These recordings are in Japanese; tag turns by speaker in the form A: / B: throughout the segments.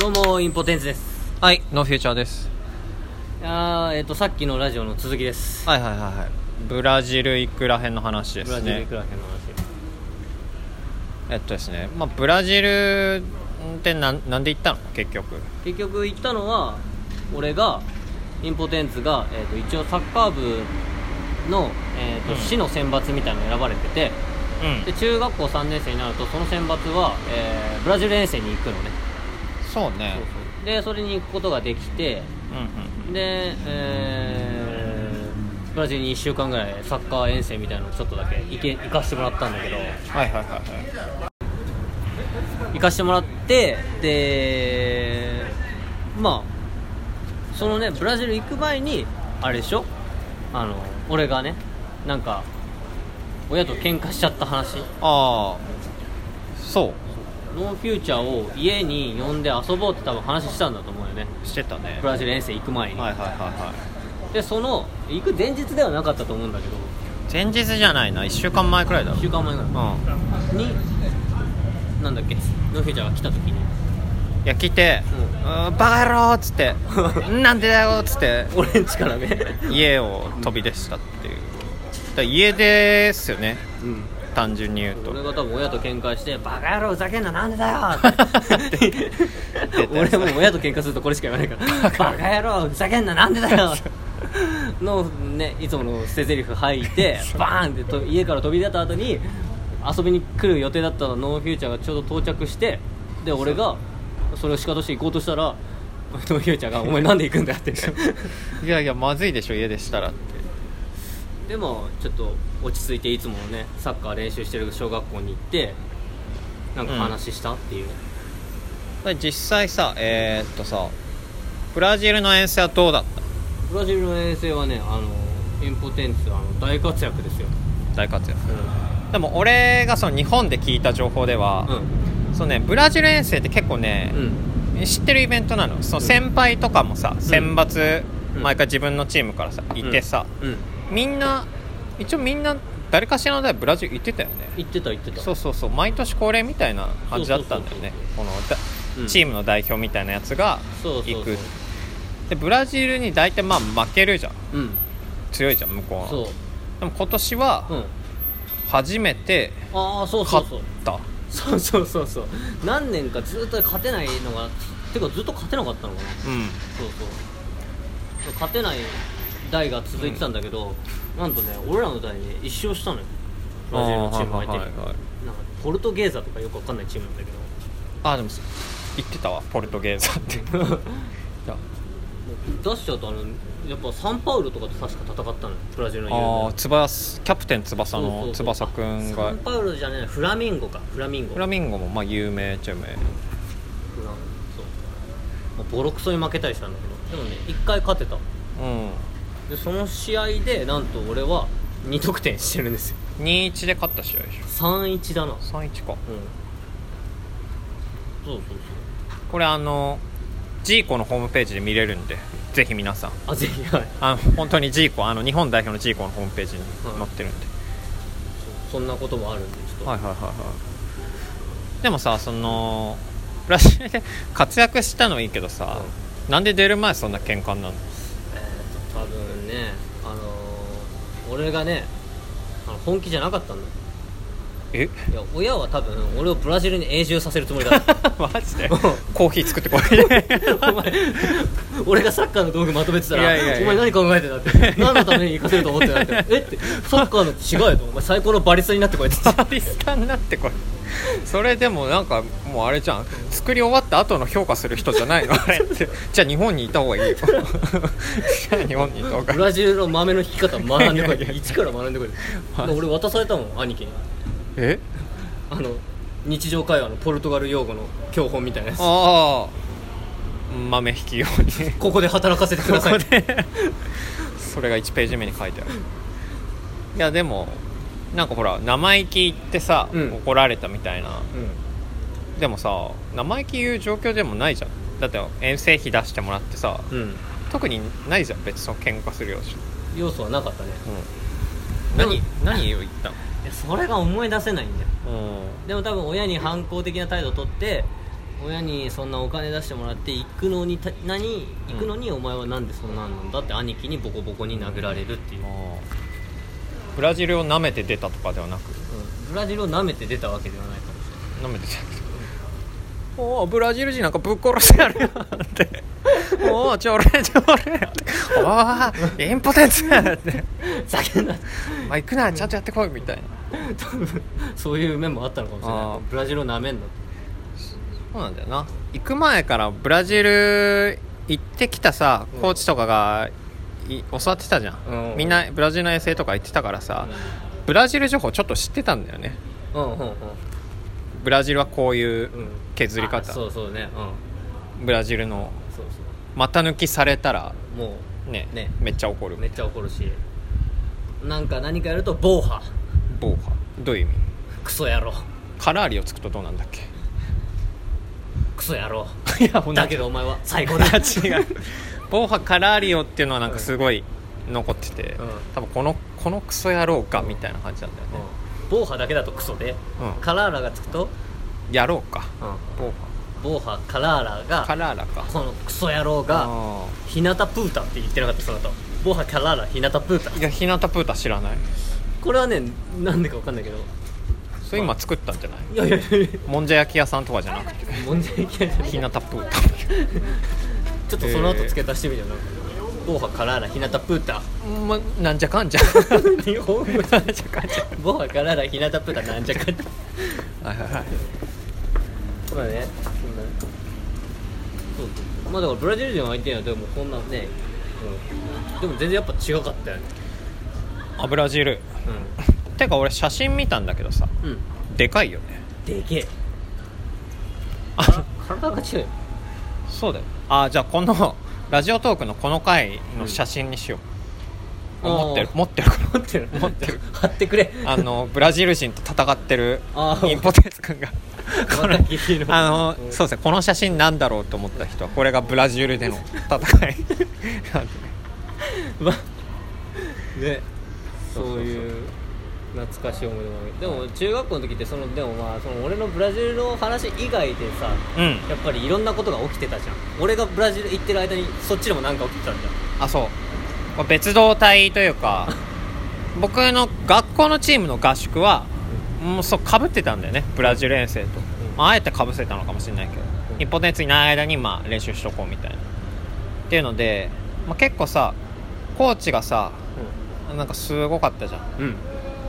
A: どうもインポテンツです
B: はい、ノーフューチャーです。
A: あーえっ、とさっきのラジオの続きです
B: はいはいはいはい。ブラジル行くらへんの話で
A: ブラ
B: す
A: ジル行
B: ね
A: く。らへんの話
B: えっとですね、まあブラジルってなんなんで行ったの結局。
A: 結局行ったのは俺がインポテンツが、えっと一応サッカー部の、えっと
B: うん
A: 市の選抜みたいなの選ばれてて
B: うん
A: で中学校3年生になるとその選抜は、えーブラジル遠征に行くのね
B: そうね。
A: でそれに行くことができて
B: うんうん
A: で、えーブラジルに1週間ぐらいサッカー遠征みたいなのをちょっとだけ行け行かせてもらったんだけど
B: はいはいはいはい。
A: 行かしてもらってでまあそのねブラジル行く前にあれでしょあの俺がねなんか親と喧嘩しちゃった話
B: ああ、そ
A: ノーフューチャーを家に呼んで遊ぼうって多分話したんだと思うよね
B: うしてたね。
A: ブラジル遠征行く前に、
B: はいはいはいはい。
A: でその行く前日ではなかったと思うんだけど
B: 前日じゃないな、一週間前くらいだろ。
A: 1週間前ぐらい
B: うん。
A: になんだっけノーフューチャーが来た時に
B: いや、来て、うーん、バカ野郎っつって、 なんでだよっつって、
A: 俺んちからね
B: 家を飛び出したっていう。だから家ですよね、
A: うん
B: 単純に言うと。
A: 俺が多分親と喧嘩して「バカ野郎ふざけんななんでだよ!」って
B: 出
A: 俺
B: た
A: もう親と喧嘩するとこれしか言わないから「バカ野郎ふざけんななんでだよ!」 のねいつもの捨て台詞吐いてバーンってと家から飛び出た後に遊びに来る予定だったノーフューチャーがちょうど到着してで俺がそれを仕方して行こうとしたらノーフューチャーが「お前なんで行くんだ?」 って
B: いやいやまずいでしょ家でしたらって
A: でもちょっと落ち着いていつものねサッカー練習してる小学校に行ってなんか話したっていう、
B: 実際さえーっとさブラジルの遠征はどうだっ
A: ブラジルの遠征はねあのインポテンツあの大活躍ですよ、
B: た大活躍
A: う
B: でも俺がその日本で聞いた情報では、
A: ん
B: そうねブラジル遠征って結構ね
A: う、ん
B: 知ってるイベントなのその先輩とかもさ、選抜、
A: うん
B: 毎回自分のチームからさいてさ、
A: うん
B: みんな一応みんな誰かしらの代ブラジル行ってたよね
A: 行ってた行ってた
B: そうそうそう毎年恒例みたいな感じだったんだよねこのだ
A: うん
B: チームの代表みたいなやつが
A: そうそう
B: 行
A: そ
B: く
A: う
B: でブラジルに大体まあ負けるじゃん
A: うん
B: 強いじゃん向こうは
A: そう
B: でも今年は
A: うん
B: 初めて
A: ああそうそ
B: 勝
A: うそう
B: った
A: そうそうそうそう何年かずっと勝てないのがてかずっと勝てなかったのかな
B: うん
A: そうそう勝てない代が続いてたんだけど、なんとね俺らの代に1勝したのよブラジルのチーム相手に、
B: あーはいはいはい
A: なんかポルトゲーザとかよくわかんないチームなんだけど
B: あでも言ってたわポルトゲーザっ ていや
A: 出しちゃうとあのやっぱサンパウロとかと確か戦ったのよブラジルの有名な
B: ああ翼キャプテン翼
A: そうそうそ
B: の
A: う
B: 翼くん
A: サ
B: が
A: ンパウロじゃないフラミンゴかフラミンゴ
B: フラミンゴもまあ有名著名
A: フラそうもうボロクソに負けたりしたんだけどでもね1回勝てた
B: うん
A: でその試合でなんと俺は2得点してるんですよ
B: 2-1で勝った試合でしょ
A: 3-1だな
B: 3-1か
A: うんそうそうそう
B: これあのジーコのホームページで見れるんでぜひ皆さん
A: あぜひはい
B: あの本当にジーコあの日本代表のジーコのホームページに載ってるんで、
A: そんなこともあるんでちょっと、
B: はいはいはいはいでもさそのブラジルで活躍したのいいけどさ、なんで出る前そんな喧嘩になるの
A: えーと多分ねあのー俺がねあの本気じゃなかったんだよ
B: え
A: いや親は多分俺をブラジルに永住させるつもりだ った
B: マジで
A: うん
B: コーヒー作ってこい
A: お前俺がサッカーの道具まとめてたら
B: いやいやいや
A: お前何考えてんだって何のために行かせると思ってんだって えってサッカーの違いとお前最高のバリスタになってこいって
B: バリスタになってこいそれでもなんかもうあれじゃん作り終わった後の評価する人じゃないの あれってじゃあ日本にいた方が いいよじゃあ日本にいた方がい
A: ブ
B: い
A: ラジルの豆の引き方学んでこいっ
B: いやいやい
A: て
B: や
A: 一から学んでこいって
B: マジ
A: 俺渡されたもん兄貴に
B: え
A: あの日常会話のポルトガル用語の教本みたいなやつ
B: ああ豆引きように
A: ここで働かせてください
B: ここでそれが1ページ目に書いてあるいやでもなんかほら生意気言ってさ、
A: うん
B: 怒られたみたいな
A: う
B: でもさ生意気言う状況でもないじゃんだって遠征費出してもらってさ
A: ん、うん、
B: 特にないじゃん別にその喧嘩するようじ
A: 要素はなかったね
B: ゃん、
A: で
B: 何
A: も
B: 何を言ったの
A: いやそれが思い出せないんだよ
B: うん
A: でも多分親に反抗的な態度をとって親にそんなお金出してもらって行くのにた何行くのにお前はなんでそんなんなんだって兄貴にボコボコに殴られるっていう、
B: ブラジルを舐めて出たとかではなく
A: うんブラジルを舐めて出たわけではないかもしれない
B: 舐めて出たおおブラジル人なんかぶっ殺してやるよっておおちょれちょれっておおインポテンツって
A: 叫んだ
B: まあ行くなちゃんとやってこいみたいな
A: 多分そういう面もあったのかもしれ
B: あ
A: な
B: ー
A: いブラジルを舐めんだって
B: そうなんだよな行く前からブラジル行ってきたさ
A: うん
B: コーチとかがい教わってたじゃん、
A: うん
B: みんなブラジルの遠征とか行ってたからさ、ブラジル情報ちょっと知ってたんだよね
A: うんうんうんうん
B: ブラジルはこういう削り
A: あ
B: 方、
A: そうそうねうん
B: ブラジルの
A: そうそ
B: 股抜きされたら
A: うも
B: ね
A: ね
B: めっちゃ怒
A: う
B: る
A: めっちゃ怒るしなんか何かやると暴破
B: 防波どういう意味
A: クソ野郎
B: カラーリをつくとどうなんだっ
A: クソ野郎
B: けいやほ
A: だけどお前は最高だ
B: 違う防波カラーリオっていうのはなんかすごい残ってて、
A: うん
B: 多分このこのクソ野郎かみたいな感じなんだよね、
A: 防波だけだとクソで、
B: うん
A: カラーラがつくと、
B: やろうか防波
A: 防波カラーラ
B: カ
A: が
B: ラーラか
A: このクソ野郎が
B: あ
A: 日向プータって言ってなかったその後防波カラーラ日向プータ
B: ーいや日向プータ知らない
A: これはねなんでかわかんないけど
B: それ今作ったんじゃない
A: いやいやいや
B: もんじゃ焼き屋さんとかじゃなくて
A: もんじゃいけない
B: 日向プータ
A: ちょっとその後付け足してみるよなんか防波カラーラ日向プータ
B: まなんじゃかんじゃ
A: 日本語
B: なんじゃかんじ
A: 防波カラーラ日向プータなんじゃかんじゃ
B: ゃはいはいはい
A: そうだねそうそうまあだからブラジル人相手にはでもこんなね、うん、でも全然やっぱ違かったよね
B: あブラジルてか俺写真見たんだけどさ
A: うん、うん、
B: でかいよね
A: でけえ
B: あ
A: 体が違うよ
B: そうだよあじゃあこの ラジオトークのこの回の写真にしよう、
A: うん
B: あ持ってる持ってる か
A: 持ってる
B: 持ってる
A: 貼ってくれ
B: らあのブラジル人と戦ってる
A: あー
B: インポテンツ君がこれ
A: また君の
B: あのそうですねこの写真なんだろうと思った人はこれがブラジルでの戦 い
A: まねそういう懐かしい思い出もあるでも中学校の時ってそのでもまあその俺のブラジルの話以外でさ
B: うん
A: やっぱりいろんなことが起きてたじゃん俺がブラジル行ってる間にそっちでもなんか起きてたんじ
B: あそうこれ別動隊とい うか僕の学校のチームの合宿はもうそうかぶってたんだよねブラジル遠征と、まあ、あえてかぶせたのかもしれないけど、
A: うん
B: 日本のやついない間にまあ練習しとこうみたいなっていうので、まあ、結構さコーチがさ
A: ゃ
B: なんかすごかったじゃん
A: んうん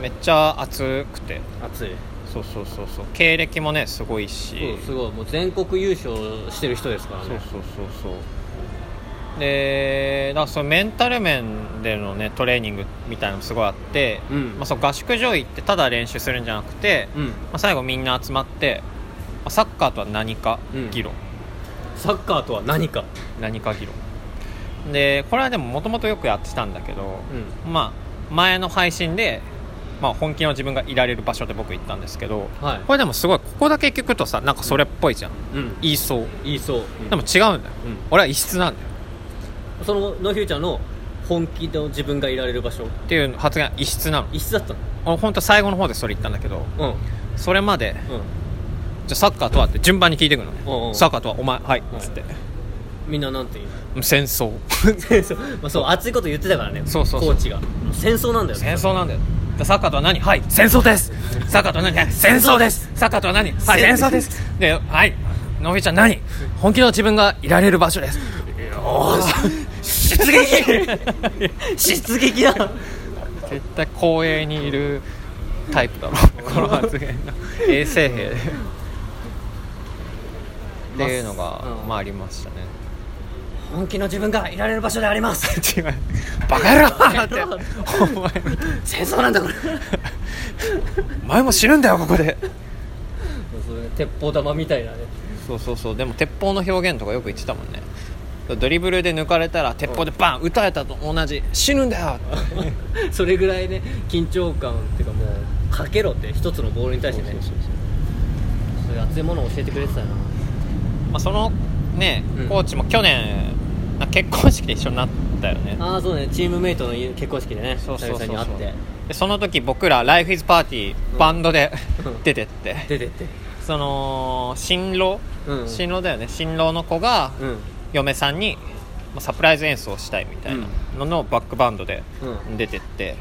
B: めっちゃ熱くて
A: 熱い
B: そうそうそうそう経歴もねすごいし
A: そうすごいもう全国優勝してる人ですから
B: そう
A: ね
B: そうそうそうでだからそのメンタル面でのねトレーニングみたいなのすごいあって、
A: うん
B: まあ、そう合宿場行ってただ練習するんじゃなくて、
A: うん
B: まあ、最後みんな集まって、まあ、サッカーとは何か議論、
A: サッカーとは何か
B: 何か議論でこれはでももともとよくやってたんだけど、まあ前の配信で、まあ、本気の自分がいられる場所で僕行ったんですけど、
A: はい
B: これでもすごいここだけ聞くとさなんかそれっぽいじゃん、
A: うん
B: 言いそう
A: 言いそう
B: でも違うんだよ、
A: うん
B: 俺は異質なんだよ
A: そのノーフューチャーの本気の自分がいられる場所
B: っていう発言は異質なの
A: 一室だった
B: 俺本当最後の方でそれ言ったんだけど
A: のうん
B: それまで
A: うん
B: じゃあサッカーとはって順番に聞いていくのね、
A: うんうん
B: サッカーとはお前はい
A: うん
B: っつって、
A: みんななんて 言う
B: 戦争
A: 戦争まあそう熱いこと言ってたからね
B: そうそうそう
A: コーチが戦争なんだよ
B: 戦争なんだよじゃあサッカーとは何はい戦争ですサッカーとは何はい戦争ですサッカーとは何はい
A: 戦
B: 戦
A: 争
B: 争
A: で
B: ですではいのびちゃん何本気の自分がいられる場所ですよーし 出撃
A: 出撃だ
B: 絶対公営にいるタイプだろ この発言の衛生兵でっていうのが、
A: うん
B: まあありましたね
A: 本気の自分がいられる場所であります
B: 違うバカ野
A: 野郎
B: 郎ってお前
A: 戦争なんだ これ
B: お前も死ぬんだよここで
A: 鉄砲玉みたいなね
B: そうそうそうでも鉄砲の表現とかよく言ってたもんねドリブルで抜かれたら鉄砲でバン撃たれたと同じ死ぬんだよ
A: それぐらいね緊張感っていうかもうかけろって一つのボールに対してねそういう熱いものを教えてくれてたよな
B: まあそのね
A: うん
B: コーチも去年な結婚式で一緒になったよね
A: ああそうねチームメイトの結婚式でね
B: そうそうそうそう
A: 久々に会って
B: でその時僕ら「ライフイズパーティー
A: うん
B: バンドで
A: うん
B: 出てって
A: 出てって
B: その新郎、
A: うん
B: 新郎だよね新郎の子が
A: うんうん
B: 嫁さんにまあサプライズ演奏をしたいみたいなののバックバンドで出てって、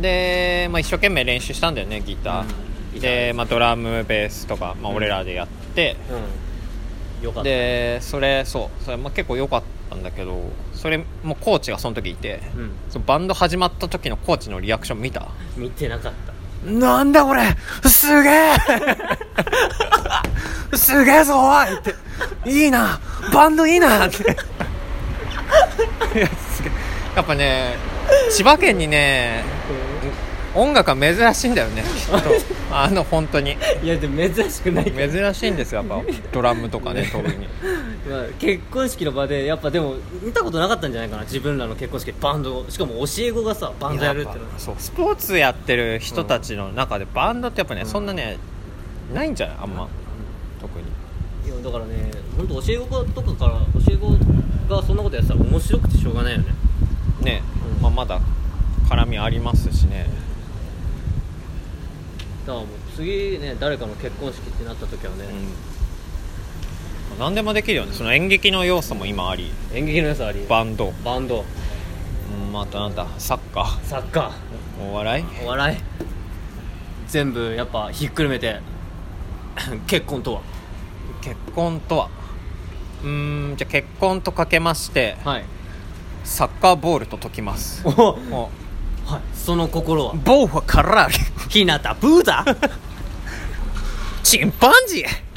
B: で、まあ、一生懸命練習したんだよねギター、
A: うん
B: で、まあ、ドラムベースとか、まあ、
A: うん
B: 俺らでやって、
A: うんよかった
B: でそれそうそれ、まあ、結構良かったんだけどそれもうコーチがその時いて、
A: うん
B: そのバンド始まった時のコーチのリアクション見た
A: 見てなかった
B: なんだこれすげえ すげえぞおいっていいなバンドいいなっていやすげえやっぱね千葉県にね音楽は珍しいんだよねきっとあの本当に
A: いやでも珍しく ないから、
B: 珍しいんですよやっぱドラムとかね特に
A: まあ結婚式の場でやっぱでも見たことなかったんじゃないかな自分らの結婚式でバンドしかも教え子がさバンドやるっての
B: や
A: は
B: っぱそうスポーツやってる人たちの中でバンドってやっぱね、そんなねないんじゃないあんま特に
A: いやだからね本当教え子とかから教え子がそんなことやってたら面白くてしょうがないよね
B: ね、
A: うん
B: まあ、まだ絡みありますしね
A: だからもう次ね誰かの結婚式ってなった時はね、
B: うん、何でもできるよねその演劇の要素も今あり
A: 演劇の良さあり
B: バンド、
A: バンド
B: うん、あとなんだサッカ
A: サッカ
B: ーお笑い
A: ーお笑い全部やっぱひっくるめて 結婚とは
B: 結婚とはうーんじゃあ結婚とかけまして
A: はい
B: サッカーボールと解きます
A: お
B: も
A: はいその心 は
B: うボーファカラー
A: 日向ブーだ
B: チンパンジー